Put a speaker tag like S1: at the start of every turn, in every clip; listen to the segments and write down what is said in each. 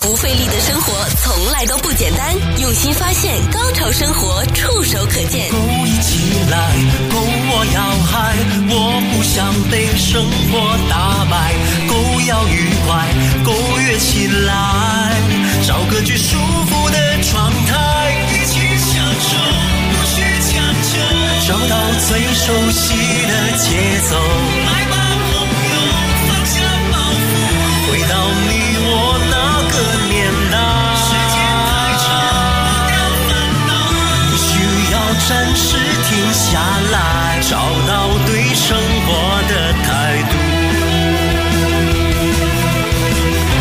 S1: 不费力的生活从来都不简单，用心发现，高潮生活触手可见
S2: 勾。一起来，勾我要嗨，我不想被生活打败，勾要愉快，勾跃起来，找个最舒服的状态，一起享受，不需强求，找到最熟悉的节奏，来吧，朋友，放下包袱，回到你我那个年代，时间太长，不要烦恼。不需要暂时停下来，找到对生活的态度，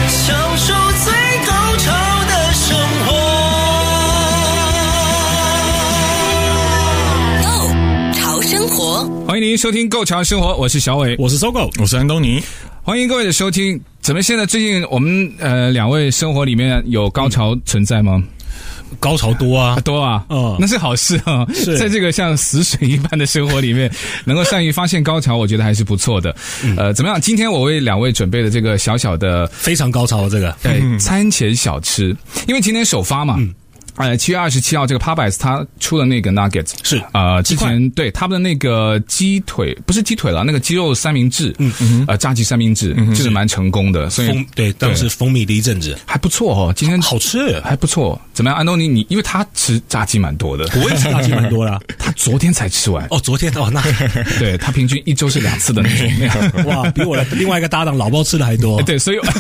S2: 享受最高潮的生活。
S1: Go，潮生活，
S3: 欢迎您收听《够潮生活》，我是小伟。
S4: 我是搜狗，我是安东尼。
S3: 欢迎各位的收听。怎么现在最近我们呃两位生活里面有高潮存在吗？
S4: 高潮多啊
S3: 啊，，多啊，
S4: 嗯
S3: 那是好事啊。
S4: 是
S3: 在这个像死水一般的生活里面，能够善于发现高潮，我觉得还是不错的。呃，怎么样？今天我为两位准备了这个小小的
S4: 非常高潮这个。
S3: 对，餐前小吃，因为今天首发嘛。呃，七月二十七号，这个 Popeyes 它出了那个 Nuggets，
S4: 是
S3: 呃，之
S4: 块
S3: 前对他们的那个鸡腿不是鸡腿了，那个鸡肉三明治，嗯嗯，呃，炸鸡三明治，就是蛮成功的，所
S4: 风
S3: 以
S4: 嗯对，当时风靡了一阵子，
S3: 还不错哦。今天
S4: 好吃。
S3: 还不错，怎么样，安东尼？你因为他吃炸鸡蛮多的，
S4: 我也吃炸鸡蛮 多啦。
S3: 他昨天才吃完，
S4: 哦，昨 天哦，那
S3: 对他平均一周是两次的那种。
S4: 哇，比我的另外一个搭档老包吃的还 多。
S3: 对，所以，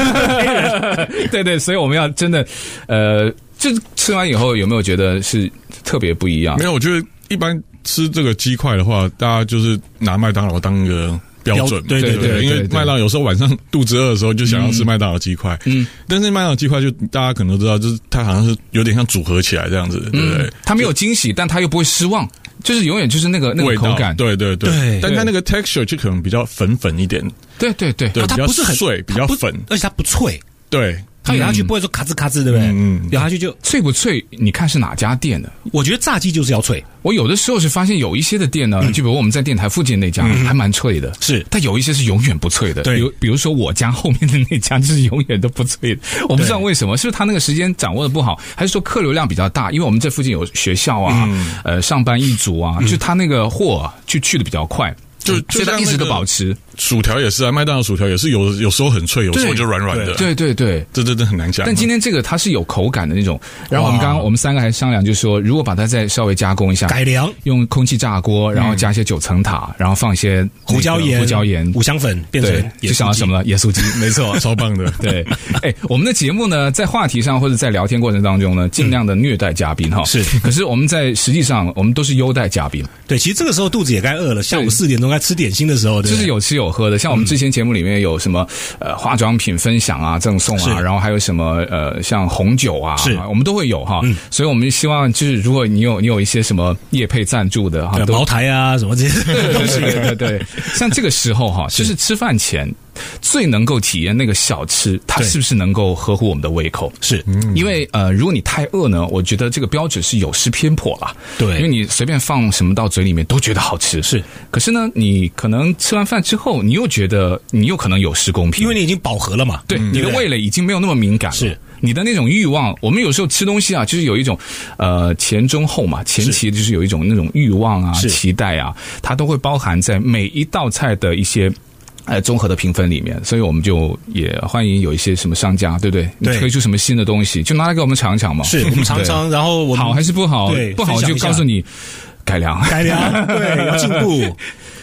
S3: 对对，所以我们要真的，呃，就是吃完以后有没有觉得是特别不一样
S5: 没？有，我觉得一般吃这个鸡块的话，大家就是拿麦当劳当一个标准，
S4: 标对对
S5: 不
S4: 对
S5: 因为
S3: 对对
S5: 麦当劳有时候晚上肚子饿的时候就想要吃麦当劳鸡块，嗯，但是麦当劳鸡块就大家可能都知道，就是它好像是有点像组合起来这样子，对不对？
S3: 嗯他没有惊喜，但他又不会失望，就是永远就是那个那个
S5: 味道
S3: 口感。
S5: 对对对，
S4: 对
S5: 但它那个 texture 就可能比较粉粉一点，
S3: 对对啊对
S5: 对，
S4: 哦，
S5: 比
S4: 它
S5: 较
S4: 不是很
S5: 碎，比较
S4: 它不
S5: 粉，
S4: 而且它不脆，
S3: 嗯
S5: 对，
S4: 它咬下去不会说咔吱咔吱，对不对？
S5: 嗯嗯
S4: 咬下去就，
S3: 脆不脆？你看是哪家店的？
S4: 我觉得炸鸡就是要脆，
S3: 我有的时候是发现有一些的店呢，
S5: 嗯
S3: 就比如我们在电台附近那家还蛮脆的，
S4: 是
S3: 但有一些是永远不脆的。
S4: 对
S3: 比如比如说我家后面的那家就是永远都不脆的，我不知道为什么，是不是他那个时间掌握的不好，还是说客流量比较大？因为我们这附近有学校啊，
S5: 嗯
S3: 呃，上班一族啊，就他那个货啊就去的比较快，
S5: 就
S3: 所以
S5: 就像
S3: 他一直
S5: 那
S3: 都
S5: 个
S3: 保持。
S5: 薯条也是啊，麦当劳薯条也是有有时候很脆，有时候就软软的，
S3: 对对对。
S5: 这这这很难讲。。
S3: 但今天这个它是有口感的那种，然后我们刚刚我们三个还商量，就是说如果把它再稍微加工一下，
S4: 改良
S3: 用空气炸锅，然后加一些九层塔，然后放一些那个
S4: 胡椒盐、
S3: 胡椒盐，
S4: 五香粉变成
S3: 对，
S4: 也
S3: 就想到什 么了？野酥鸡，没错
S5: 超棒的，
S3: 对，哎，我们的节目呢，在话题上或者在聊天过程当中呢，尽量的虐待嘉宾哈。
S4: 是
S3: 可是我们在实际上，我们都是优待嘉宾，
S4: 对，其实这个时候肚子也该饿了，下午
S3: 对
S4: 四点钟该吃点心的时候，对
S3: 就
S4: 不对嗯
S3: 是有吃有喝的。像我们之前节目里面有什么呃化妆品分享啊、赠送
S4: 是
S3: 啊，然后还有什么呃像红酒啊，
S4: 是嗯
S3: 我们都会有哈。所以我们希望就是如果你有你有一些什么业配赞助的哈，
S4: 对
S3: 都
S4: 茅台啊什么这些东西
S3: 对。对对对，像这个时候哈，就是吃饭前最能够体验那个小吃，它
S4: 对
S3: 是不是能够合乎我们的胃口？
S4: 是，
S3: 因为呃，如果你太饿呢，我觉得这个标准是有失偏颇了。
S4: 对
S3: 因为你随便放什么到嘴里面都觉得好吃，
S4: 是。
S3: 可是呢，你可能吃完饭之后，你又觉得你有可能有失公平，
S4: 因为你已经饱和了嘛，嗯
S3: 对，你的
S4: 不
S3: 味蕾已经没有那么敏感了。
S4: 是。
S3: 你的那种欲望，我们有时候吃东西啊，就是有一种，呃，前中后嘛，前期就是有一种那种欲望啊、
S4: 是
S3: 期待啊，它都会包含在每一道菜的一些，呃，综合的评分里面。所以我们就也欢迎有一些什么商家，对不对？你
S4: 对
S3: 推出什么新的东西，就拿来给我们尝尝嘛。
S4: 是我们常常，然后我
S3: 对嗯
S4: 们
S3: 好还是不好
S4: 对，
S3: 不好
S4: 分享
S3: 就
S4: 一下
S3: 告诉你改良。
S4: 改 良，对，要进步，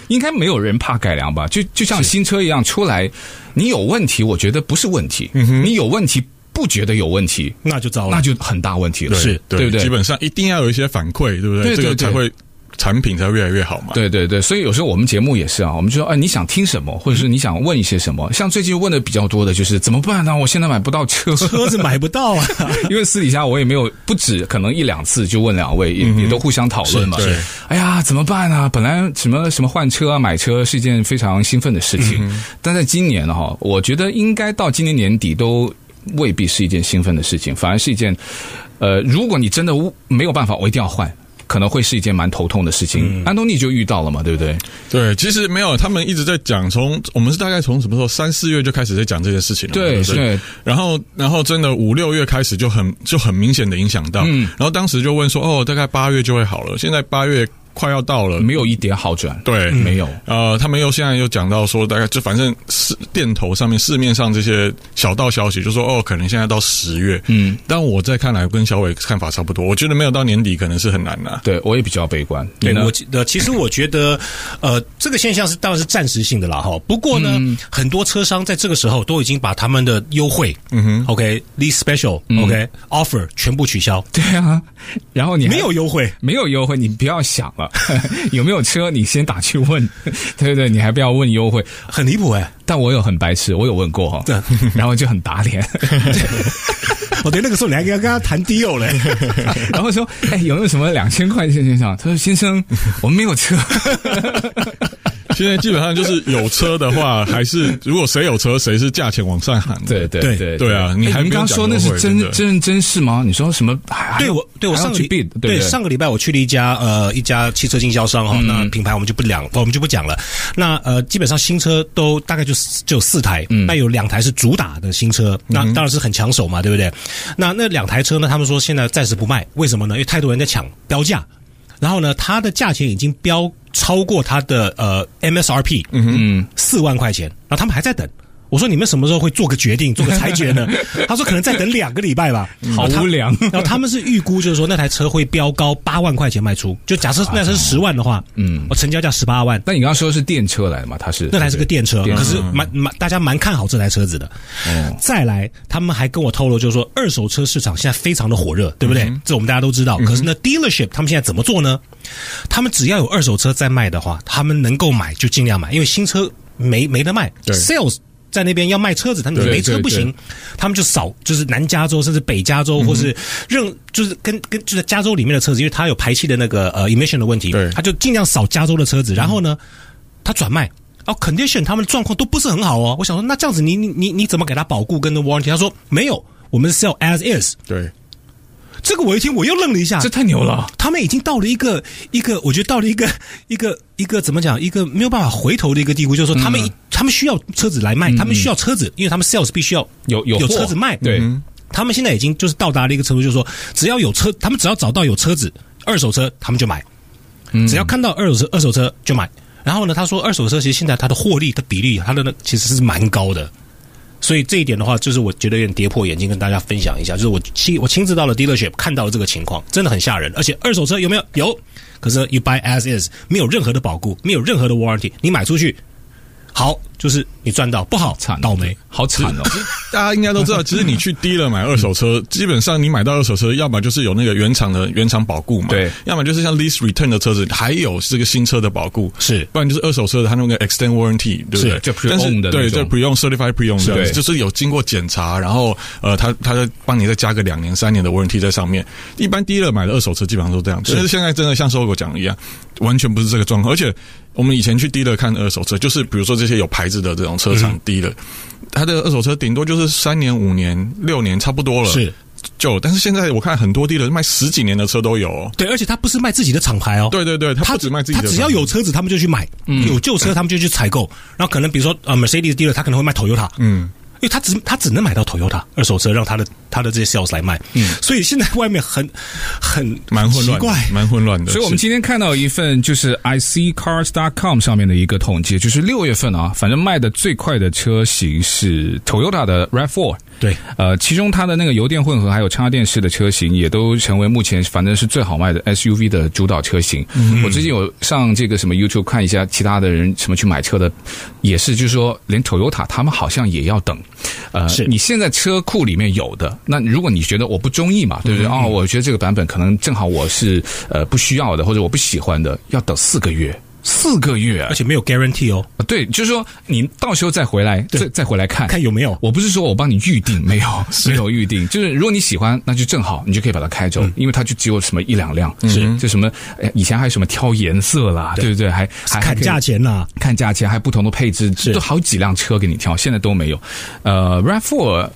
S3: 应该没有人怕改良吧？就就像新车一样，出来你有问题，我觉得不是问题；
S5: 嗯
S3: 你有问题，不觉得有问题，
S4: 那就糟了，
S3: 那就很大问题了，
S5: 哦对
S3: 对不对？
S5: 基本上一定要有一些反馈，对不
S3: 对对
S5: 对？这个
S3: 对
S5: 才会产品才会越来越好嘛。
S3: 对对对，所以有时候我们节目也是啊，我们就说，哎、你想听什么，或者是你想问一些什么？像最近问的比较多的就是怎么办呢？我现在买不到车，
S4: 车子买不 到啊，
S3: 因为私底下我也没有不止可能一两次就问两位，也、
S4: 嗯
S3: 也都互相讨论嘛。
S5: 是对
S3: 哎呀，怎么办啊？本来什么什么换车啊、买车是一件非常兴奋的事情，
S4: 嗯
S3: 但在今年哈、我觉得应该到今年年底都未必是一件兴奋的事情，反而是一件，呃，如果你真的无没有办法，我一定要换。可能会是一件蛮头痛的事
S4: 嗯
S3: 情。安东尼就遇到了嘛，对不对？
S5: 对，其实没有，他们一直在讲从，我们是大概从什么时候三四月就开始在讲这件事情了嘛，
S3: 对
S5: 对不对
S3: 是
S5: 然后，然后真的五六月开始就很就很明显的影响到，嗯，然后当时就问说，哦，大概八月就会好了，现在八月快要到了，
S3: 没有一点好转，
S5: 对，
S3: 嗯没有。
S5: 呃，他们又现在又讲到说，大概就反正市店头上面市面上这些小道消息，就说哦，可能现在到十月，嗯，但我在看来跟小伟看法差不多，我觉得没有到年底可能是很难拿、
S3: 对我也比较悲观。你
S4: 对
S3: 呢
S4: 我记呃，其实我觉得，呃，这个现象是当然是暂时性的啦哈。不过呢，
S3: 嗯
S4: 很多车商在这个时候都已经把他们的优惠，嗯哼，OK lease special，OK、offer 全部取消，
S3: 嗯对啊，然后你还
S4: 没有优惠。
S3: 没有优惠，你不要想了。 有没有车，你先打去问， 对不对？你还不要问优惠。
S4: 很离谱哎、
S3: 但我有很白痴，我有问过哈、
S4: 对
S3: 然后就很打脸，
S4: 哦，对，那个时候你还跟他跟他谈 deal 嘞，
S3: 然后说：“哎，有没有什么两千块钱先生？”他说：“先 生，我们没有车。
S5: 现在基本上就是有车的话，还是如果谁有车，谁是价钱往上喊”的。
S3: 对对
S4: 对
S3: 对
S5: 对啊你还
S3: 哎们刚
S5: 不用
S3: 刚
S5: 讲
S3: 说那
S5: 优
S3: 是
S5: 惠
S3: 真
S5: 真的
S3: 真真事吗？你说什么？还
S4: 对我对我
S3: 还要
S4: 上个
S3: 去
S4: 礼
S3: bid 对不对
S4: 上个礼拜我去了一家呃一家汽车经销商哈、那品牌我们就不讲，我们就不讲了。那呃，基本上新车都大概就四就有四台，那有两台是主打的新车，那当然是很抢手嘛，对不对？那那两台车呢，他们说现在暂时不卖，为什么呢？因为太多人在抢标价，然后呢，它的价钱已经标超过它的呃 MSRP，嗯哼，四万块钱，然后他们还在等。我说你们什么时候会做个决定，做个裁决 呢？他说可能再等两个礼拜吧。
S3: 好无良。
S4: 然后他们是预估，就是说那台车会飙高八万块钱卖出。就假设那台是十万的话，嗯，我成交价十八万，
S3: 但你刚刚说的是电车来的嘛？它是
S4: 那台是个电车，
S3: 电车
S4: 可是蛮蛮大家蛮看好这台车子的。再来，他们还跟我透露，就是说二手车市场现在非常的火热，对不对？这我们大家都知道。可是呢，dealership 他们现在怎么做呢？他们只要有二手车在卖的话，他们能够买就尽量买，因为新车没没得卖
S5: 对
S4: ，sales。在那边要卖车子，他们
S5: 对嗯
S4: 没车不行，他们就扫，就是南加州甚至北加州，或是任就是跟跟就在加州里面的车子，因为它有排气的那个呃 emission 的问题
S5: 对，嗯
S4: 他就尽量扫加州的车子，然后呢，他转卖。哦，condition 他们的状况都不是很好哦。我想说，那这样子你你你你怎么给他保固跟的 warranty？他说没有，我们 sell as is。
S5: 对
S4: 这个我一听我又愣了一下
S3: 这，太牛了。
S4: 他们已经到了一个一个，我觉得到了一个一个一个怎么讲，一个没有办法回头的一个地步，就是
S3: 嗯
S4: 说他们、他们需要车子来卖，他们需要车子，因为他们 sales 必须要
S3: 有有
S4: 有
S3: 货
S4: 车子卖，
S3: 对嗯
S4: 他们现在已经就是到达了一个程度，就是说只要有车，他们只要找到有车子，二手车他们就买，
S3: 嗯
S4: 只要看到二手车二手车就买。然后呢，他说二手车其实现在它的获利的比例，它的那其实是蛮高的。所以这一点的话，就是我觉得有点跌破眼镜，跟大家分享一下。就是我亲我亲自到了 dealership 看到了这个情况，真的很吓人。而且二手车有没有？有，可是 you buy as is，没有任何的保固，没有任何的 warranty，你买出去好就是你赚到，不好
S3: 惨
S4: 倒霉。
S3: 好惨哦！
S5: 大家应该都知道，其实你去低了买二手车，基本上你买到二手车，要么就是有那个原厂的原厂保固嘛，
S3: 对
S5: 要么就是像 lease return 的车子，还有这个新车的保固，
S4: 是
S5: 不然就是二手车的它那个 extend warranty，对不对？
S3: 是就
S5: 但
S3: pre-owned 的那
S5: 对，
S3: 种
S5: 就 pre-owned certified pre-owned 这样
S3: 对
S5: 子，就是有经过检查，然后呃，他他再帮你再加个两年三年的 warranty 在上面。一般低了买的二手车基本上都这样，但是现在真的像搜狗讲的一样，完全不是这个状况，而且。我们以前去低了看二手车，就是比如说这些有牌子的这种车厂低了，它的二手车顶多就是三年、五年、六年，差不多了。
S4: 是
S5: 就，但是现在我看很多地人卖十几年的车都有、哦。
S4: 对，而且他不是卖自己的厂牌哦，
S5: 对对对，他不只卖自己的嗯
S4: 他
S5: 车，
S4: 只要有车子，他们就去买；有旧车，他们就去采购。然后可能比如说呃，Mercedes dealer 他可能会卖 Toyota，嗯，因为他只他只能买到 Toyota 二手车，让他的他的这些 sales 来卖。嗯， 所以现在外面很很
S5: 蛮混
S4: 奇
S5: 乱的嗯
S4: 怪，，
S5: 蛮混乱的。
S3: 所以，我们
S5: 是
S3: 今天看到一份就是 iccars.com 上面的一个统计，就是六月份啊，反正卖的最快的车型是 Toyota 的 Rav4。
S4: 对，
S3: 呃，其中它的那个油电混合还有插电式的车型，也都成为目前反正是最好卖的 SUV 的主导车型。
S4: 嗯
S3: 我最近有上这个什么 YouTube 看一下其他的人什么去买车的，也是就是说，连 Toyota 他们好像也要等。呃，
S4: 是
S3: 你现在车库里面有的，那如果你觉得我不中意
S4: 嗯
S3: 嘛，对不对？哦，我觉得这个版本可能正好我是呃不需要的，或者我不喜欢的，要等四个月。四个月
S4: 而，且没有 guarantee 哦，
S3: 对，就是说你到时候再回来，再再回来
S5: 哎
S3: 看，
S4: 看有没有。
S3: 我不是说我帮你预定，没有， 没有预定，就是如果你喜欢，那就正好，你就可以把它开走，因为它就只有什么一两辆，是就什么，哎以前还有什么挑颜色啦，对不对？还还
S4: 砍价。钱啊啦、
S3: 还可以看价钱，还有不同的配置，
S4: 是
S3: 都好几辆车给你挑，现在都没有。呃 r a f 4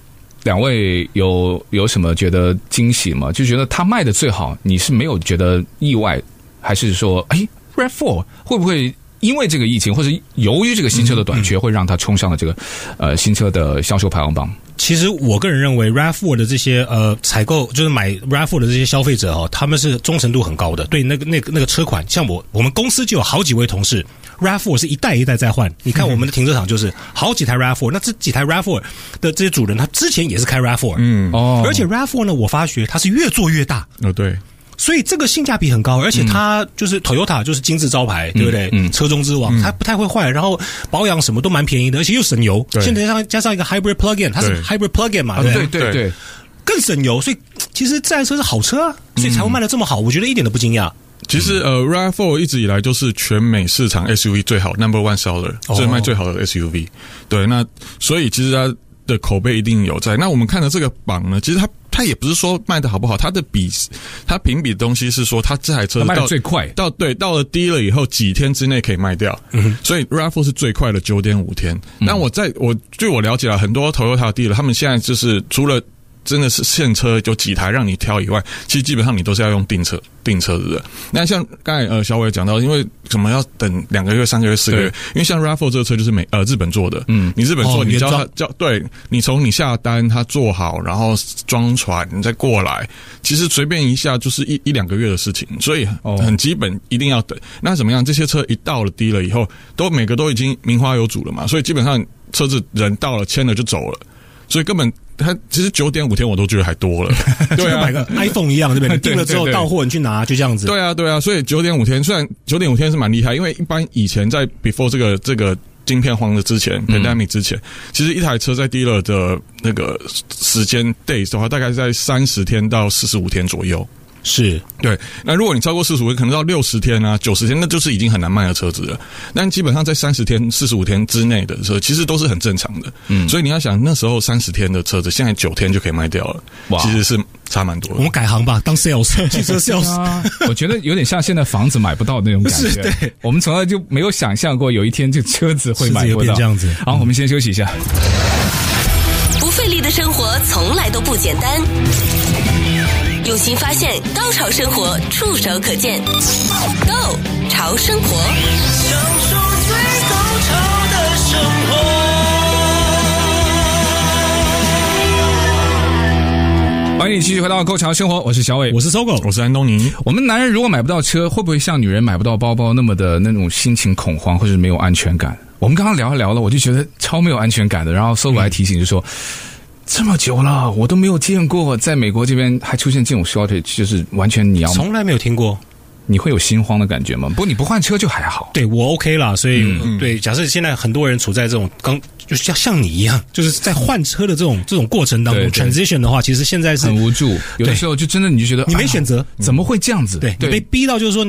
S3: 两位有有什么觉得惊喜吗？就觉得它卖的最好，你是没有觉得意外，还是说，哎，Red Four 会不会因为这个疫情，或者由于这个新车的短
S4: 嗯
S3: 缺，会让它冲上了这个呃新车的销售排行榜？
S4: 其实我个人认为 r a f 4的这些呃采购，就是买 r a f 4的这些消费者哦，他们是忠诚度很高的，对那个那个那个车款，像我我们公司就有好几位同事 r a f 4是一代一代在换。你看我们的停车场就是好几台 r a f 4那这几台 r a f 4的这些主人，他之前也是开 r a f 4嗯，
S3: 哦
S4: 而且 r a f 4呢，我发觉它是越做越大，
S5: 哦对，
S4: 所以这个性价比很高，而且
S5: 嗯
S4: 它就是 Toyota 就是金字招牌，对不对？
S3: 嗯
S4: 车中之王，它不太会坏，然后保养什么都蛮便宜的，而且又省油。
S5: 对
S4: 现在加上加上一个 Hybrid Plug-in，它是
S5: 对啊
S4: Hybrid Plug-in 嘛，啊对不
S3: 对
S4: 对
S3: 对
S5: 对
S3: 对，
S4: 更省油，所以其实这台车是好车啊，
S5: 嗯
S4: 所以才会卖的这么好，我觉得一点都不惊讶。
S5: 其实呃 r a v 4一直以来就是全美市场 SUV 最好 number one seller，
S4: 哦
S5: 就是卖最好的 SUV。对，那所以其实它的口碑一定有在。那我们看的这个榜呢，其实它它也不是说卖的好不好，它的比它评比的东西是说它这台车
S3: 它卖得
S5: 到
S3: 最快
S5: 到对到了低了以后几天之内可以卖掉。
S4: 嗯
S5: 所以 r a v 4是最快的九点五天。那我在我据我了解啊，很多 Toyota 的 dealer 他们现在就是除了真的是现车有几台让你挑以外，其实基本上你都是要用订车订车子的。那像刚才呃小伟讲到，因为什么要等两个月、三个月、四个月
S3: 对？
S5: 因为像 Raffle 这个车就是美呃日本做的，
S3: 嗯
S5: 嗯，你日本做，
S4: 哦
S5: 你
S4: 原
S5: 叫他
S4: 装
S5: 叫对你从你下单，他做好，然后装船，你再过来，其实随便一下就是一一两个月的事情，所以
S3: 哦
S5: 很基本一定要等。那怎么样？这些车一到了低了以后，都每个都已经名花有主了嘛，所以基本上车子人到了签了就走了。所以根本他其实九点五天我都觉得还 多了，对
S4: 就跟
S5: 啊
S4: 买， 个 iPhone 一样，对不对？你订了之后
S3: 对对对
S4: 到货你去拿，就这样子。
S5: 对啊，对啊，所以九点五天虽然九点五天是蛮厉害，因为一般以前在 before 这个这个。晶片荒的之前，pandemic 之前，其实一台车在 dealer 的那个时间 days 的话，大概在三十天到四十五天左右。
S4: 是
S5: 对，那如果你超过四十五，可能到六十天啊、九十天，那就是已经很难卖的车子了。但基本上在三十天、四十五天之内的车，其实都是很正常的。嗯，所以你要想，那时候三十天的车子，现在九天就可以卖掉了，
S3: 哇
S5: 其实是差蛮多
S4: 我们
S5: 的。
S4: 改行吧，当 sales 汽车 sales。
S3: 啊，我觉得有点像现在房子买不到那种感觉。
S4: 是对
S3: 我们从来就没有想象过有一天这车子会买
S4: 车子也
S3: 不到
S4: 变这样子嗯
S3: 好，我们先休息一下。
S1: 不费力的生活从来都不简单。用心发现，高潮生活触手可见 Go 潮生活，
S2: 享受最高潮的生活。
S3: 欢迎你继续回到《购潮生活》，我是小伟，
S4: 我是搜狗，
S5: 我是安东尼，
S3: 我们男人如果买不到车，会不会像女人买不到包包那么的那种心情恐慌，或者是没有安全感？我们刚刚聊一聊了，我就觉得超没有安全感的。然后搜狗还提醒就说，这么久了，我都没有见过，在美国这边还出现这种 shortage，就是完全你要
S4: 从来没有听过。
S3: 你会有心慌的感觉吗？不过你不换车就还好。
S4: 对我 OK 啦，所以、
S3: 嗯
S4: 对，假设现在很多人处在这种刚就是像像你一样，就是在换车的这种这种过程当中
S3: 对对
S4: transition 的话，其实现在是
S3: 很无助，有的时候就真的你就觉得
S4: 你没
S3: 哎呀
S4: 选择
S3: 怎么会这样子？
S4: 对你
S3: 对
S4: 被逼到就是说，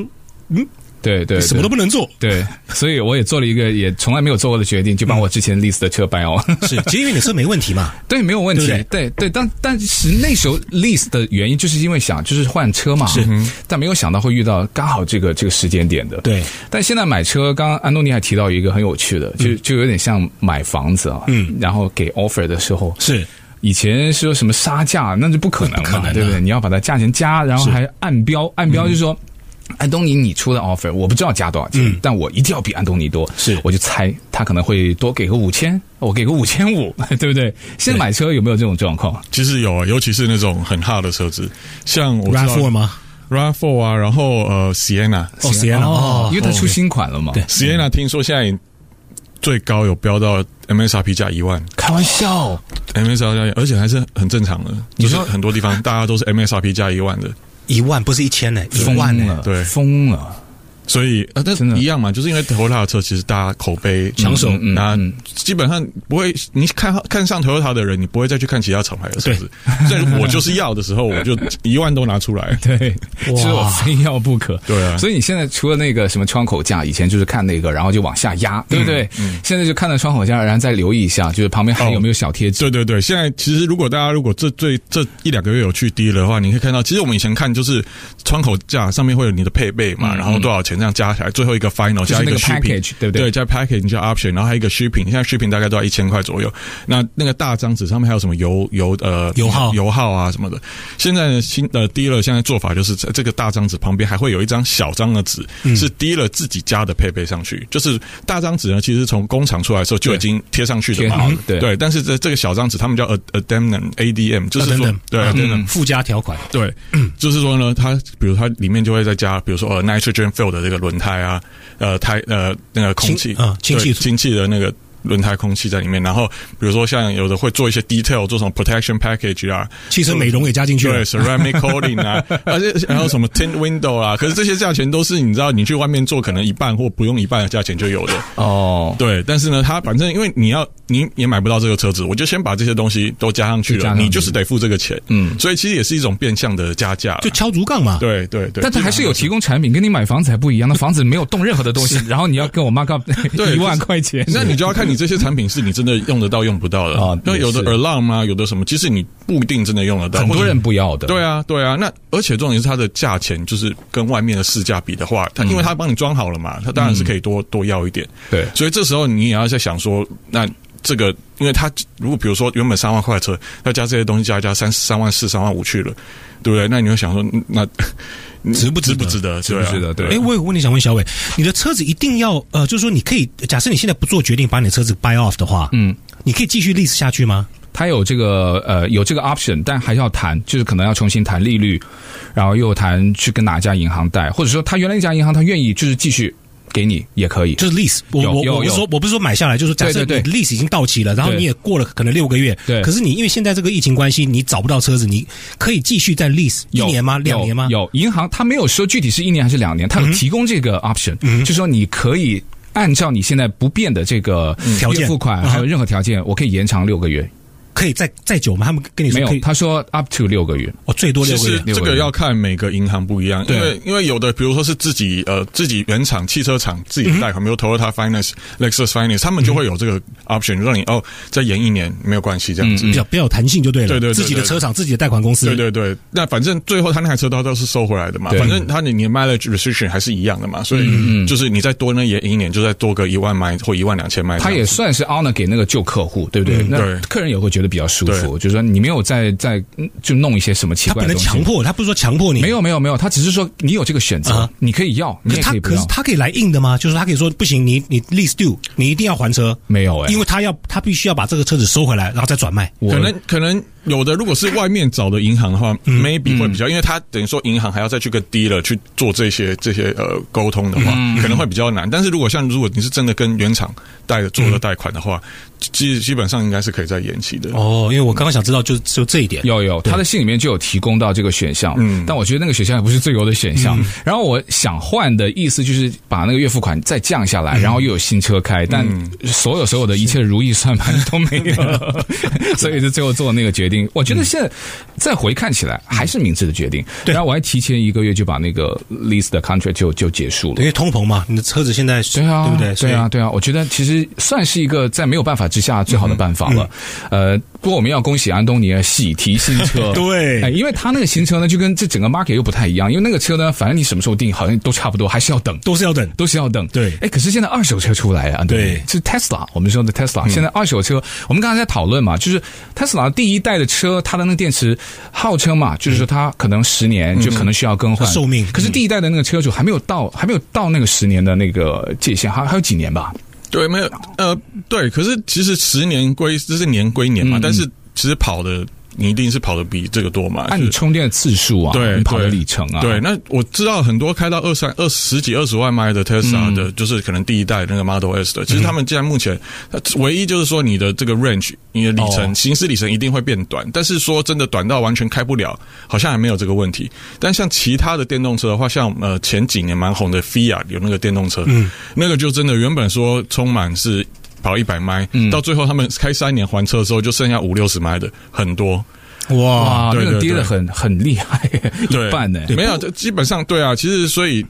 S4: 嗯，
S3: 对对，
S4: 什么都
S3: 不
S4: 不能做。
S3: 对，所以我也做了一个也从来没有做过的决定，就
S4: 嗯
S3: 把我之前 list 的车掰哦。
S4: 是，其实因为你车没问题嘛，
S3: 对，没有问题
S4: 对。
S3: 对对，但但是那时候 list 的原因，就是因为想就是换车嘛，
S4: 是，嗯
S3: 但没有想到会遇到刚好这个这个时间点的。
S4: 对，
S3: 但现在买车，刚刚安东尼还提到一个很有趣的，就就有点像买房子啊，
S4: 嗯，
S3: 然后给 offer 的时候，
S4: 是
S3: 以前说什么杀价，那就不可能
S4: 不可
S3: 嘛，
S4: 能的啊
S3: 对不对？你要把它价钱加，然后
S4: 是嗯
S3: 还按标，按标就是说。安东尼，你出的 offer 我不知道加多少钱，
S4: 嗯
S3: 但我一定要比安东尼多。
S4: 是
S3: 我就猜他可能会多给个五千，我给个五千五， 对不对？现在买车有没有这种状况？
S5: 其实有啊，尤其是那种很 hard 的车子，像我
S4: r a
S5: 知
S4: f
S5: 道
S4: 4吗？
S5: r a f 4啊，然后呃 Sienna。
S4: 哦，Sienna，哦，
S3: 因为他出新款了嘛。
S4: 对
S5: Sienna 听说现在最高有飙到 MSRP 价一万
S3: 开玩笑，
S5: ，MSRP 价，而且还是很正常的，
S3: 你
S5: 就
S3: 说
S5: 是很多地方大家都是 MSRP 价一万的，
S4: 一万不是一千呢，一
S3: 疯
S4: 万呢
S3: 了，，
S5: 对
S3: 疯了。
S5: 所以啊，但
S3: 真的
S5: 一样嘛，就是因为 Toyota 的车其实大家口碑
S4: 抢手
S5: 嗯那基本上不会，你看看上 Toyota 的人，你不会再去看其他厂牌的车子。所以我就是要的时候，我就一万都拿出来。
S3: 对，
S4: 哇
S3: 是我非要不可。
S5: 对啊
S3: 所以你现在除了那个什么窗口价，以前就是看那个，然后就往下压，对不对？
S4: 嗯
S3: 现在就看到窗口价，然后再留意一下，就是旁边
S4: 哦
S3: 还有没有小贴纸。
S5: 对对对，现在其实如果大家如果这最这一两个月有去低了的话，你可以看到，其实我们以前看就是窗口价上面会有你的配备嘛，然后多少钱钱这样加起来，最后一个 final
S3: 嗯就是
S5: 加一
S3: 那个
S5: shipping，
S3: package，对不对
S5: 对，加 package 加 option，然后还有一个 shipping，现在 shipping 大概都在一千块左右。那那个大张纸上面还有什么油油呃
S4: 油耗
S5: 油耗啊什么的。现在的新呃 dealer 现在做法就是在这个大张纸旁边还会有一张小张的纸，
S3: 嗯
S5: 是 dealer 自己加的配备上去。就是大张纸呢，其实从工厂出来的时候就已经贴上去的
S3: 贴
S5: 嘛
S3: 好了，对
S5: 对，但是这这个小张纸他们叫 ad- addendum ADM，就是说
S4: addendum，
S5: 对 addendum
S4: 嗯附加条款，
S5: 对， 就是说呢，它比如它里面就会再加，比如说呃 nitrogen fill 的这个轮胎啊，呃胎呃那个空气
S4: 氢啊氢气
S5: 对氢气的那个。轮胎空气在里面，然后比如说像有的会做一些 detail，做什么 protection package 啊，
S4: 汽车美容也加进去了
S5: 对 ceramic coating 啊， 而且还有什么 tin window 啊，可是这些价钱都是你知道，你去外面做可能一半或不用一半的价钱就有的。
S3: 哦，
S5: 对，但是呢，他反正因为你要你也买不到这个车子，我就先把这些东西都加上去
S3: 就加
S5: 了，
S3: 上去
S5: 你就是得付这个钱。嗯，所以其实也是一种变相的加价啦，
S4: 就敲竹杠嘛。
S5: 对对对，
S3: 但他还是有提供产品，跟你买房子还不一样。那房子没有动任何的东西，然后你要跟我妈 告一万块钱，
S5: 那你就要看你这些产品是你真的用得到用不 到的
S3: 啊
S5: 那有的
S3: 也是
S5: alarm 啊，有的什么，其实你不一定真的用得到。
S3: 很
S5: 或
S3: 多
S5: 者
S3: 人不要的。
S5: 对啊，对啊。那而且重点是它的价钱，就是跟外面的市价比的话，它因为它帮你装好了嘛，它当然是可以多多要一点。
S3: 嗯对
S5: 所以这时候你也要在想说，那这个，因为它如果比如说原本三万块的车，要加这些东西加一加三三万四、三万五去了，对不对？那你会想说，嗯那
S4: 值不值
S5: 值
S4: 得
S5: 不值得？值啊
S3: 不值得对啊
S4: 哎，我有个问题想问小伟，你的车子一定要呃，就是说你可以，假设你现在不做决定，把你的车子 buy off 的话，嗯，你可以继续 lease 下去吗？
S3: 他有这个呃有这个 option，但还是要谈，就是可能要重新谈利率，然后又谈去跟哪家银行贷，或者说他原来一家银行他愿意就是继续给你也可以，
S4: 就是 lease，我
S3: 有有
S4: 我我不是
S3: 有
S4: 说我不是说买下来，就是假设你
S3: 对对对
S4: lease 已经到期了，然后
S3: 对
S4: 你也过了可能六个月，
S3: 对
S4: 可是你因为现在这个疫情关系，你找不到车子，你可以继续再 lease 一
S3: 有
S4: 年吗？
S3: 有
S4: 两年吗？
S3: 有银行，他没有说具体是一年还是两年，他有提供这个 option，、就说你可以按照你现在不变的这个
S4: 条件
S3: 月付款
S4: 嗯
S3: 还有任何条件，我可以延长六个月。
S4: 可以再再久吗？他们跟你
S3: 没
S4: 说可
S3: 有，
S4: 以，
S3: 他说 up to 六个月。
S4: 哦，最多
S5: 其
S4: 六个
S5: 实
S4: 月。
S5: 这个要看每个银行不一样，
S4: 对
S5: 因为因为有的比如说是自己呃自己原厂汽车厂自己贷
S3: 嗯
S5: 款，比如 Toyota Finance、Lexus Finance，他们就会有这个 option 让你哦再延一年没有关系这样子
S3: 嗯
S4: 比。较比较有弹性就对了，
S5: 对对对
S4: 自己的
S5: 对
S4: 车厂、自己的贷款公司，
S5: 对对对，那反正最后他那台车都都是收回来的嘛，
S3: 对嗯
S5: 反正他你你的 mileage restriction 还是一样的嘛，所以就是你再多那延一年，就再多个一万迈或一万两千
S4: 哎
S5: 迈这样子。
S3: 他也算是 honor 给那个旧客户，对不
S4: 嗯
S3: 对？那
S5: 对
S3: 客人也会觉得比较舒服，就
S5: 对
S3: 是说你没有再再嗯就弄一些什么奇
S4: 他不
S3: 怪的
S4: 能
S3: 东西。
S4: 强迫，他不是说强迫你，
S3: 没有没有没有，他只是说你有这个选择，
S4: 啊
S3: 你可以要，你
S4: 可
S3: 也
S4: 他
S3: 可以不
S4: 可
S3: 要
S4: 是。他可以来硬的吗？就是他可以说不行，你你 lease due，你一定要还车，
S3: 没有哎、
S4: 因为他要他必须要把这个车子收回来，然后再转卖。
S3: 我
S5: 可能可能有的，如果是外面找的银行的话、m
S3: 嗯
S5: a y b e 会比较，因为他等于说银行还要再去跟 dealer 去做这些这些呃沟通的话，
S3: 嗯
S5: 可能会比较难。但是如果像如果你是真的跟原厂贷的做了贷款的话，
S3: 嗯
S5: 基基本上应该是可以再延期的。
S4: 哦，因为我刚刚想知道就就这一点，
S3: 有有，他的信里面就有提供到这个选项，但我觉得那个选项也不是最优的选项。然后我想换的意思就是把那个月付款再降下来，然后又有新车开，但所有所有的一切如意算盘都没有了，所以就最后做那个决定。我觉得现在再回看起来还是明智的决定。然后我还提前一个月就把那个 lease 的 contract 就就结束了
S4: 因。为通膨嘛，你的车子现在
S3: 对啊，
S4: 对不对？所以嗯
S3: 对啊，对啊，我觉得其实算是一个在没有办法之下最好的办法了。
S4: 嗯
S3: 呃，不过我们要恭喜安东尼啊，喜提新车，
S4: 对
S3: 哎，因为他那个新车呢，就跟这整个 market 又不太一样，因为那个车呢，反正你什么时候定，好像都差不多，还是要等。
S4: 都是要等。
S3: 都是要等。
S4: 对
S3: 哎，可是现在二手车出来啊，安东尼
S4: 对
S3: 是 Tesla，我们说的
S5: 嗯
S3: Tesla，、现在二手车，我们刚才在讨论嘛，就是 Tesla 第一代的车，它的那个电池号称嘛，就是说它可能十
S5: 嗯
S3: 年就可能需要更换、
S4: 它寿命
S3: 可是第一代的那个车主还没有到，还没有到那个十年的那个界限，还还有几年吧？
S5: 对，没有呃，对，可是其实十年归这是年归
S3: 嗯
S5: 年嘛，但是其实跑的你一定是跑的比这个多嘛。
S3: 按
S5: 啊是
S3: 你充电的次数啊，
S5: 对
S3: 你跑的
S5: 对
S3: 里程啊，
S5: 对，那我知道很多开到二三二十几、二十万迈的 Tesla
S3: 嗯
S5: 的，就是可能第一代那个 Model S 的，其实他们现在目前它唯一就是说你的这个 range，你的里程、
S3: 哦
S5: 行驶里程一定会变短，但是说真的短到完全开不了，好像还没有这个问题。但像其他的电动车的话，像呃前几年蛮红的 Fiat 有那个电动车，
S3: 嗯
S5: 那个就真的原本说充满是。跑一百迈，
S3: 嗯
S5: 到最后他们开三年还车的时候，就剩下五六十迈的很多。
S4: 哇，
S3: 哇，
S5: 啊对
S3: 那个
S5: 对
S3: 跌的
S5: 对
S3: 很很厉害，一半呢。欸
S5: 没有，这基本上对啊。其实所以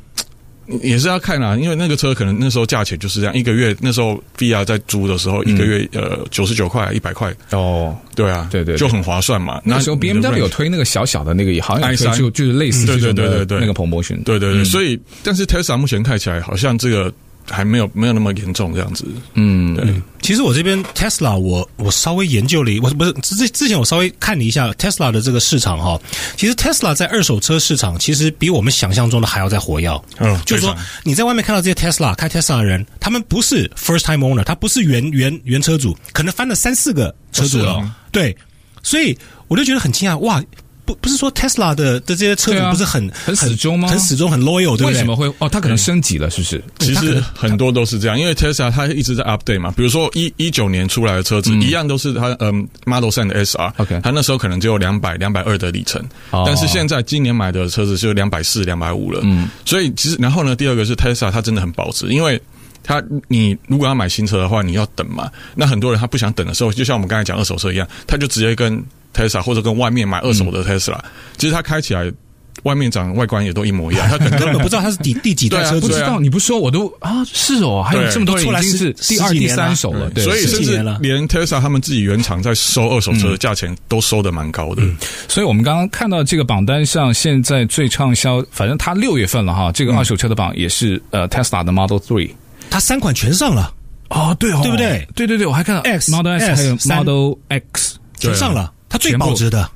S5: 也是要看啦、因为那个车可能那时候价钱就是这样，一个月那时候 VR 在租的时候，一个月呃九十九块一百块，
S3: 哦，
S5: 对
S3: 嗯
S5: 啊，
S3: 对对对
S5: 就很划算嘛。
S3: 那时候
S5: 你的
S3: BMW 有
S5: range-
S3: 推那个小小的那个，好像有推
S5: i3
S3: 就就是类似这
S5: 嗯对对
S3: 种
S5: 对
S3: 的
S5: 对对
S3: 那个 promotion，
S5: 对对对，所以但是 Tesla 目前看起来好像这个还没有没有那么严重这样子。
S3: 嗯，
S5: 对，
S4: 其实我这边 Tesla，我我稍微研究了一，我不是之之前我稍微看了一下 Tesla 的这个市场哈。其实 Tesla 在二手车市场其实比我们想象中的还要再活跃。
S5: 嗯
S4: 就是说
S5: 非常
S4: 你在外面看到这些 Tesla 开 Tesla 的人，他们不是 first time owner，他不是原原原车主，可能翻了三四个车主了。
S5: 哦是啊
S4: 对，所以我就觉得很惊讶，哇！不不是说 Tesla 的的这些车
S3: 对啊
S4: 主不是很、
S3: 很死忠吗
S4: 很死忠，很 loyal，对不对？
S3: 为什么会？哦，它可能升级了，是不是？
S5: 其实啊很多都是这样，因为 Tesla 它一直在 update 嘛，比如说一一九年出来的车子，一样都是它嗯 Model 3的 SR，
S3: OK
S5: 它那时候可能只有两百两百二的里程
S3: 哦，
S5: 但是现在今年买的车子就两百四两百五了，嗯，所以其实然后呢，第二个是 Tesla 它真的很保值，因为。它你如果要买新车的话，你要等嘛。那很多人他不想等的时候，就像我们刚才讲二手车一样，他就直接跟 Tesla 或者跟外面买二手的
S3: 嗯
S5: Tesla，、其实它开起来外面长外观也都一模一样，它可能
S4: 根本不知道 他是第第几代
S5: 对啊
S4: 车
S3: 不
S4: 主
S3: 知
S5: 对啊
S3: 道，你不说我都啊，是哦，还有
S5: 对
S3: 这么多人
S4: 出来
S3: 已经是
S4: 十
S3: 第二、
S4: 十几
S3: 第
S4: 年了
S3: 三手了，对，
S5: 所以
S3: 是
S5: 甚
S4: 十几
S5: 至
S4: 年了
S5: 连 Tesla 他们自己原厂在收二手车的价钱都收的蛮高的。
S4: 嗯
S3: 所以我们刚刚看到这个榜单上，现在最畅销，反正它六月份了哈，这个二手车的榜也是呃 Tesla 的 Model Three。
S4: 他三款全上了，
S3: 哦，对哦，
S4: 对不对？
S3: 对对对，我还看到
S4: X，
S3: Model S 还
S4: S，三
S3: 有 Model X。
S4: 全上
S5: 啊
S4: 了，他最保值的。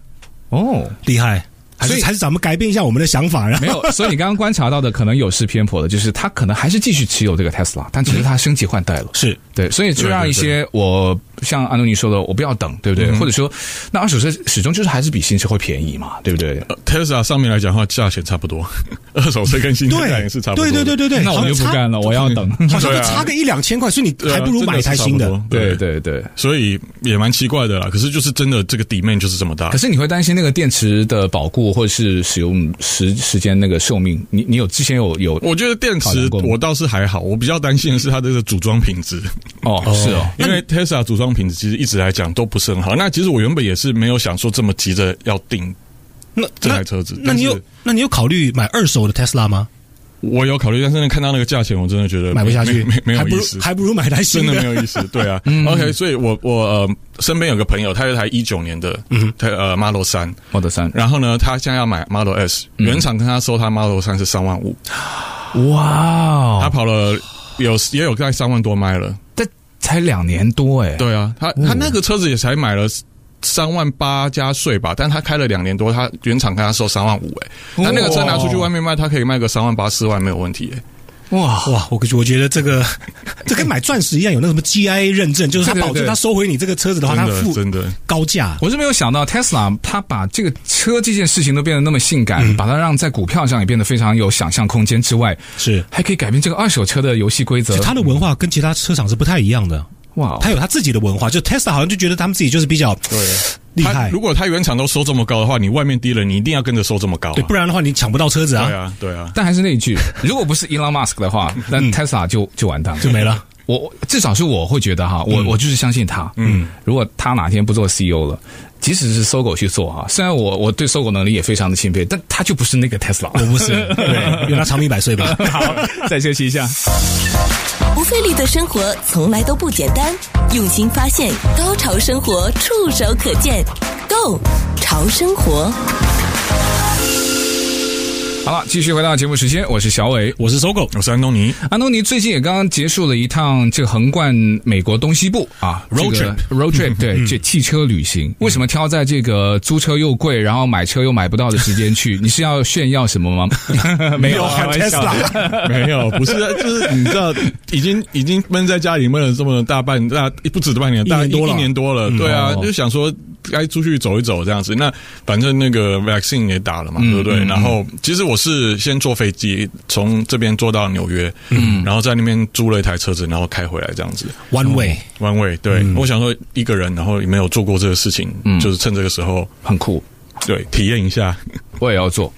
S3: 哦，
S4: 厉害，还
S3: 所以
S4: 是还是咱们改变一下我们的想法，然
S3: 没
S4: 后
S3: 有，所以你刚刚观察到的可能有失偏颇的，就是他可能还是继续持有这个 Tesla，但只是他升级换代了。
S4: 是
S3: 对，所以就让一些我像安东尼说的，我不要等，对不对？或者说，那二手车始终就是还是比新车会便宜嘛，对不对？
S5: 呃 Tesla 上面来讲的话，价钱差不多， 二手车跟新车价钱是差不多
S4: 对
S5: 的。
S4: 对对对对，
S3: 那我就不
S4: 哎好像差
S3: 干了，我要等。
S4: 好像
S5: 对
S4: 就
S5: 啊
S4: 差个一两千块，所以你
S5: 对啊，
S4: 还不如买一台新
S5: 真
S4: 的
S5: 是差。不多
S3: 对，对对。
S5: 所以也蛮奇怪的啦。可是就是真的，这个底面就是这么大
S3: 可。是你会担心那个电池的保固或者是使用时时间那个寿命？你你有之前有哦有
S5: 我觉得电
S3: 考
S5: 池
S3: 量过吗
S5: 我倒是还好，我比较担心的是它这个组装品质。
S3: 哦是哦，
S5: 因为 Tesla 组装品质其实一直来讲都不是很好。那其实我原本也是没有想说这么急着要定，
S4: 那
S5: 这台车子
S4: 那那你
S5: 但
S4: 有
S5: 是
S4: 那你有考虑买二手的 Tesla 吗？
S5: 我有考虑，但是看到那个价钱，我真的觉得
S4: 买不下去，
S5: 没没没
S4: 还
S5: 有
S4: 不
S5: 意
S4: 如
S5: 思，
S4: 还不如买台
S5: 真
S4: 新
S5: 的没有意思，对啊。OK，所以
S4: 嗯
S5: 我我呃身边有个朋友，他有一台一九年的，
S4: 嗯
S5: 他呃 Model 三，
S3: Model 三，
S5: 然后呢，他现在要买 Model S，原
S4: 嗯
S5: 厂跟他收他 Model 三是三万五，
S3: 哇
S5: 他
S3: 哦，
S5: 跑了有也有在三万多迈了，
S3: 这才两年多哎，
S5: 对啊，
S4: 哦
S5: 他他那个车子也才买了。三万八加税吧，但他开了两年多，他原厂跟他收三万五，哎，他那个车拿出去外面卖，他可以卖个三万八、四万没有问题，哎，
S3: 哇，
S4: 哇，我我觉得这 个这跟买钻石一样，有那个什么 GIA 认证，就是他
S3: 对对
S4: 保证
S3: 对
S4: 他收回你这个车子的话，他
S5: 真的
S4: 付
S5: 真的，
S4: 高价。
S3: 我是没有想到 Tesla 它把这个车这件事情都变得那么性感，把它让在股票上也变得非常有想象空间之外，
S4: 是
S3: 还可以改变这个二手车的游戏规则
S4: 就。他的文化跟其他车厂是不太一样的，
S3: 哇哦，
S4: 他有他自己的文化。就 Tesla 好像就觉得他们自己就是比较厉
S5: 他
S4: 害
S5: 如，果他原厂都收这么高的话，你外面低了，你一定要跟着收这么高啊，
S4: 对，不然的话你抢不到车子
S5: 对
S4: 啊，
S5: 啊，对啊，
S3: 但还是那一句， 如果不是 Elon Musk 的话，那 Tesla 就就完蛋了，
S4: 就没 了。
S3: 我我至少是我会觉得哈，我、我就是相信他。嗯，如果他哪天不做 CEO 了，即使是搜狗去做哈，虽然我我对搜狗能力也非常的钦佩，但他就不是那个 Tesla。
S4: 我不是，对，愿他长命百岁 吧。
S3: 好，再休息一下。
S1: 不费力的生活从来都不简单，用心发现，高潮生活触手可见 Go 潮生活。
S3: 好了，继续回到节目时间，我是小伟。
S4: 我是搜狗，
S5: 我是安东尼，
S3: 安东尼最近也刚刚结束了一趟这个横贯美国东西部啊
S4: Road
S3: 这个 road trip，对，嗯这汽车旅行。为什么挑在这个租车又贵，然后买车又买不到的时间 去？你是要炫耀什么吗？ 没有啊开玩笑的。
S5: 没有，不是，啊就是你 知道，已经已经闷在家里闷了这么大半大不止半年，大概
S4: 一年多了嗯
S5: 一年多了，对啊，
S3: 哦
S5: 就想说该出去走一走这样子。那反正那个 vaccine 也打了嘛，
S4: 嗯
S5: 对不对？然后其实我是先坐飞机从这边坐到纽约，嗯，然后在那边租了一台车子，然后开回来这样子。
S4: One Way，
S5: 弯位，对、
S4: 嗯
S5: 我想说一个人，然后也没有做过这个事情，就是趁这个时候，
S3: 很酷，
S5: 对，体验一下。
S3: 我也要做，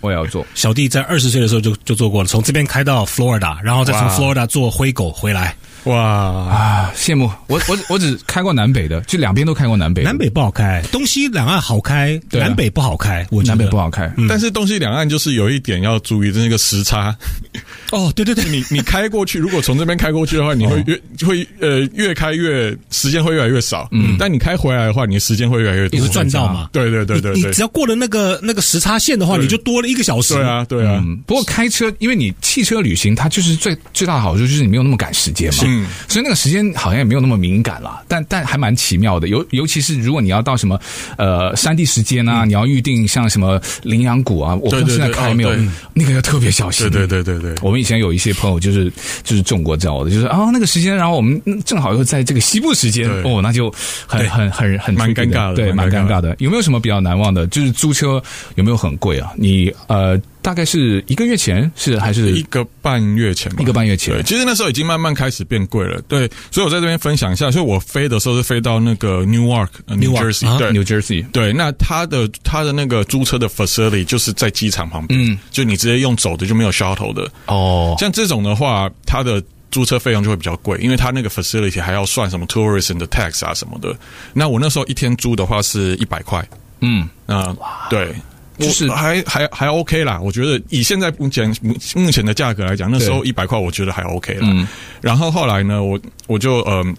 S3: 我也要做。
S4: 小弟在二十岁的时候就就做过了，从这边开到 Florida，然后再从
S5: 哇
S4: Florida 坐灰狗回来。
S5: 哇，
S3: 啊，羡慕我我我只开过南北的，就两边都开过南北的，
S4: 南北不好开，东西两岸好开，
S3: 对啊
S4: 南北不好开。我觉得
S3: 南北不好开，
S4: 嗯
S5: 但是东西两岸就是有一点要注意，就是那个时差。
S4: 哦，对对对，哦
S5: 你你开过去，如果从这边开过去的话，你会越、会呃越开越时间会越来越少。嗯，但你开回来的话，你时间会越来越
S4: 你
S5: 多。
S4: 会赚到嘛？
S5: 对对对对
S4: 你
S5: 对
S4: 你只，要过了那个那个时差线的话，
S5: 对
S4: 你就多了一个小时。
S5: 对啊对啊。
S3: 嗯，不过开车，因为你汽车旅行，它就是最最大的好处就是你没有那么赶时间嘛，
S5: 嗯
S3: 所以那个时间好像也没有那么敏感啦，但但还蛮奇妙的，尤尤其是如果你要到什么呃山地时间啊，你要预定像什么羚羊谷啊，我不知道
S5: 嗯对对
S3: 现在
S5: 对
S3: 开
S5: 哦
S3: 没有，
S5: 对
S3: 那个要特别小心。
S5: 对对对对对，
S4: 嗯
S3: 我们以前有一些朋友就是就是中过招的，就是啊、那个时间，然后我们嗯正好又在这个西部时间，
S5: 对
S3: 哦，那就很
S5: 对
S3: 很很很
S5: 蛮
S3: tricky
S5: 尴尬的
S3: 对，蛮
S5: 蛮
S3: 尴
S5: 尴
S3: 尬
S5: 尬
S3: 的。有没有什么比较难忘的？就是租车有没有很贵啊？你呃，大概是一个月前是还是
S5: 一个半月前吧，
S3: 一个半月前
S5: 对，其实那时候已经慢慢开始变贵了。对，所以我在这边分享一下，所以我飞的时候是飞到那个 Newark、呃、New
S4: Newark，
S5: Jersey，、
S4: 啊
S5: 对
S3: New Jersey？嗯
S5: 对，那他的他的那个租车的 facility 就是在机场旁边，
S3: 嗯
S5: 就你直接用走的就没有 shuttle 的。
S3: 哦，
S5: 像这种的话，它的租车费用就会比较贵，因为它那个 facility 还要算什么 tourism 的 tax 啊什么的。那我那时候一天租的话是一百块，
S3: 嗯，
S5: 那啊对。
S3: 就是
S5: 我还还还 OK 啦，我觉得以现在目前目目前的价格来讲，那时候一百块我觉得还 OK 啦。
S3: 嗯
S5: 然后后来呢，我我就嗯、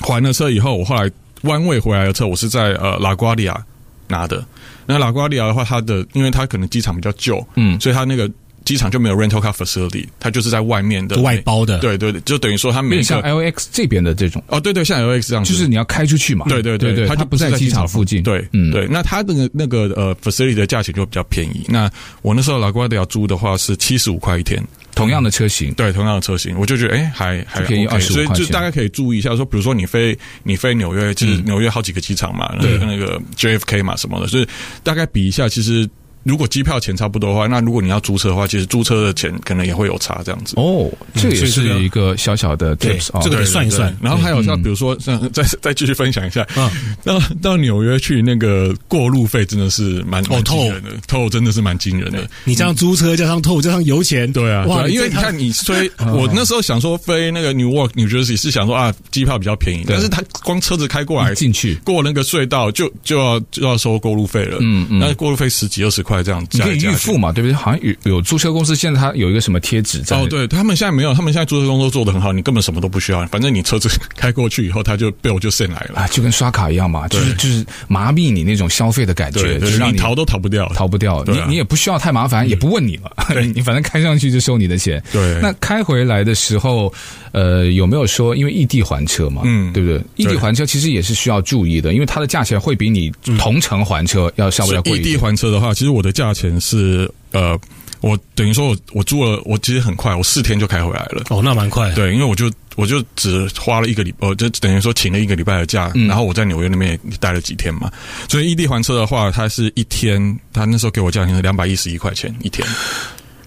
S5: 还了车以后，我后来弯位回来的车，我是在呃拉瓜利亚拿的。那拉瓜利亚的话，它的因为它可能机场比较旧，
S3: 嗯
S5: 所以它那个机场就没有 rental car facility，它就是在外面的
S4: 外包的
S5: 对对对，就等于说它
S3: 有
S5: 每
S3: 点
S5: 一
S3: 像
S5: 个
S3: L X 这边的这种，
S5: 哦，对对，像 LX 这样子，
S3: 就是你要开出去嘛，
S5: 对对
S3: 对
S5: 嗯对，
S3: 它
S5: 就
S3: 不在机场附近，嗯
S5: 对，对。那它那个那个呃 facility 的价钱就比较便宜。那我那时候老瓜迪亚租的话是七十五块一天，
S3: 同样的车型，
S5: 对，同样的车型，我就觉得哎、还还
S3: 就便宜
S5: OK，
S3: 25
S5: 所以
S3: 块
S5: 就
S3: 钱嗯
S5: 大概可以注意一下说，比如说你飞你飞纽约，就是纽约好几个机场嘛，那个那个 JFK 嘛什么的，所以大概比一下，其实如果机票钱差不多的话，那如果你要租车的话，其实租车的钱可能也会有差这样子。
S3: 哦，这也
S4: 所以这
S3: 是
S4: 个
S3: 一个小小的
S4: 对
S3: tips 啊，
S4: 这个
S5: 对
S4: 得算一算
S5: 对对然后还有
S3: 嗯
S5: 像比如说像再 再继续分享一下
S4: 嗯，
S5: 到到纽约去那个过路费真的是蛮
S4: 哦
S5: 蛮惊人的，透真的是蛮惊人的。
S4: 你这样租车加上透加上油钱，
S5: 对啊，对
S4: 哇，
S5: 啊因为你看你 飞，
S3: 嗯
S5: 我那时候想说飞那个 New York New Jersey 是想说啊机票比较便宜，但是他光车子开过来
S3: 一进去
S5: 过那个隧道就就要就要收过路费了，
S3: 嗯嗯
S5: 那过路费十几二十块这样
S3: 你
S5: 加
S3: 可
S5: 一
S3: 以
S5: 加
S3: 预
S5: 去
S3: 付嘛，对不对？好像有有租车公司现在它有一个什么贴纸在
S5: 哦，对他们现在没有，他们现在租车工作做得很好，你根本什么都不需要，反正你车子开过去以后，他就被我就 send 来了。
S3: 啊，就跟刷卡一样嘛，就是就是麻痹你那种消费的感觉，
S5: 对，
S3: 就
S5: 就是
S3: 让
S5: 你逃都逃不掉。
S3: 逃不掉，
S5: 对
S3: 你
S5: 啊
S3: 你也不需要太麻烦，也不问你了， 你反正开上去就收你的钱。
S5: 对
S3: 那开回来的时候，呃，有没有说因为异地还车嘛，
S5: 嗯
S3: 对不对？异地还车其实也是需要注意的，因为它的价钱会比你同城还车要稍微要哦贵
S5: 所以
S3: 一
S5: 异地
S3: 点。
S5: 还车的话，其实我的价钱是呃，我等于说我我租了，我其实很快，我四天就开回来了。
S4: 哦，那蛮快的。
S5: 对，因为我就我就只花了一个礼，我就等于说请了一个礼拜的假，
S3: 嗯
S5: 然后我在纽约那边也待了几天嘛，所以异地还车的话，它是一天，他那时候给我价钱是两百一十一块钱一天，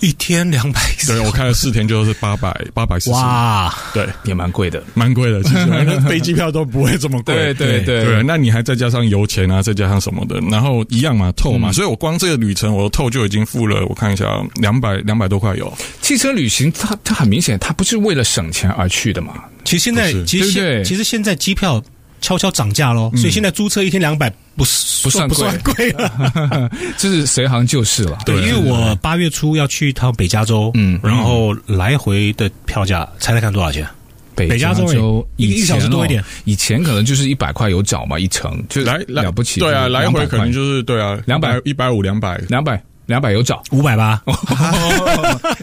S4: 一天两百四，
S5: 对我开了四天就是八百八百四十，
S4: 哇，
S5: 对，
S3: 也蛮贵的，
S5: 蛮贵的，其 实那飞机票都不会这么贵，
S3: 对对对
S5: 对，那你还再加上油钱啊，再加上什么的，然后一样嘛，透
S3: 嗯
S5: 嘛，所以我光这个旅程，我透就已经付了，我看一下，两百两百多块有，
S3: 汽车旅行它它很明显，它不是为了省钱而去的嘛，
S4: 其实现在
S5: 不是嗯
S4: 其实
S3: 对不对
S4: 现其实现在机票悄悄涨价喽，所以现在租车一天两百不是
S3: 不算
S4: 不算贵 了。
S3: 就是随行就市了。
S4: 对，因为我八月初要去一趟北加州，
S3: 嗯
S4: 然后来回的票价猜猜看多少钱？
S3: 北
S4: 北加州
S3: 州
S4: 一
S3: 以
S4: 一小时
S3: 前
S4: 多
S3: 哦
S4: 一点，
S3: 以前可能就是一百块有找嘛，一程就
S5: 来来
S3: 了不起，
S5: 对啊，来回
S3: 200
S5: 可能
S3: 块
S5: 就是对啊，
S3: 200
S5: 一百五两百，
S3: 两百两百有找。
S4: 五百八，
S5: 哦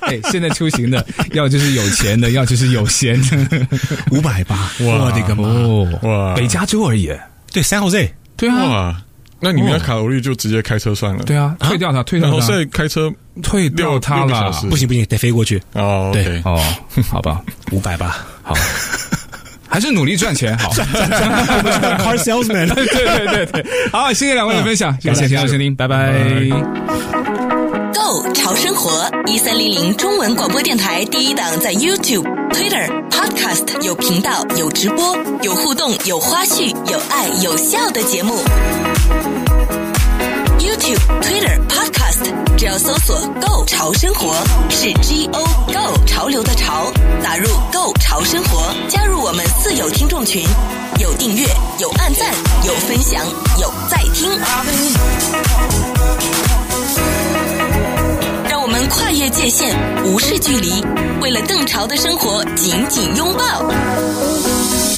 S3: 哎，现在出行的要就是有钱的，要就是有闲的。
S4: 五百八，我的个妈！
S3: 哦，
S5: 哇
S3: 北加州而已。
S4: 对，三 Jose
S3: 对啊，
S5: 哇，那你没有考虑就直接开车算了，
S3: 对啊，退掉它，退
S5: 然
S3: 掉
S5: 后
S3: 它
S5: 所，以开车
S3: 退掉
S5: 六
S3: 它
S5: 六个
S3: 了
S5: 小。时
S4: 不行不行，得飞过去，
S5: 哦，
S4: 对
S5: 嗯 OK
S3: 哦，好吧，
S4: 五百八。
S3: 好，还是努力赚钱好。
S4: 我们去当 car salesman。
S3: 对对对对，好，谢谢两位的分享，感谢听众收听，拜
S5: 拜
S3: 拜
S1: Go 潮生活一三零零中文广播电台第一档，在 YouTube、Twitter、Podcast 有频道、有直播、有互动、有花絮、有爱有笑的节目。YouTube、Twitter、Podcast，只要要搜索“购潮生活”，是 G O Go 潮流的潮，打入“购潮生活”，加入我们四有听众群，有订阅，有按赞，有分享，有在听。让我们跨越界限，无视距离，为了更潮的生活紧紧拥抱。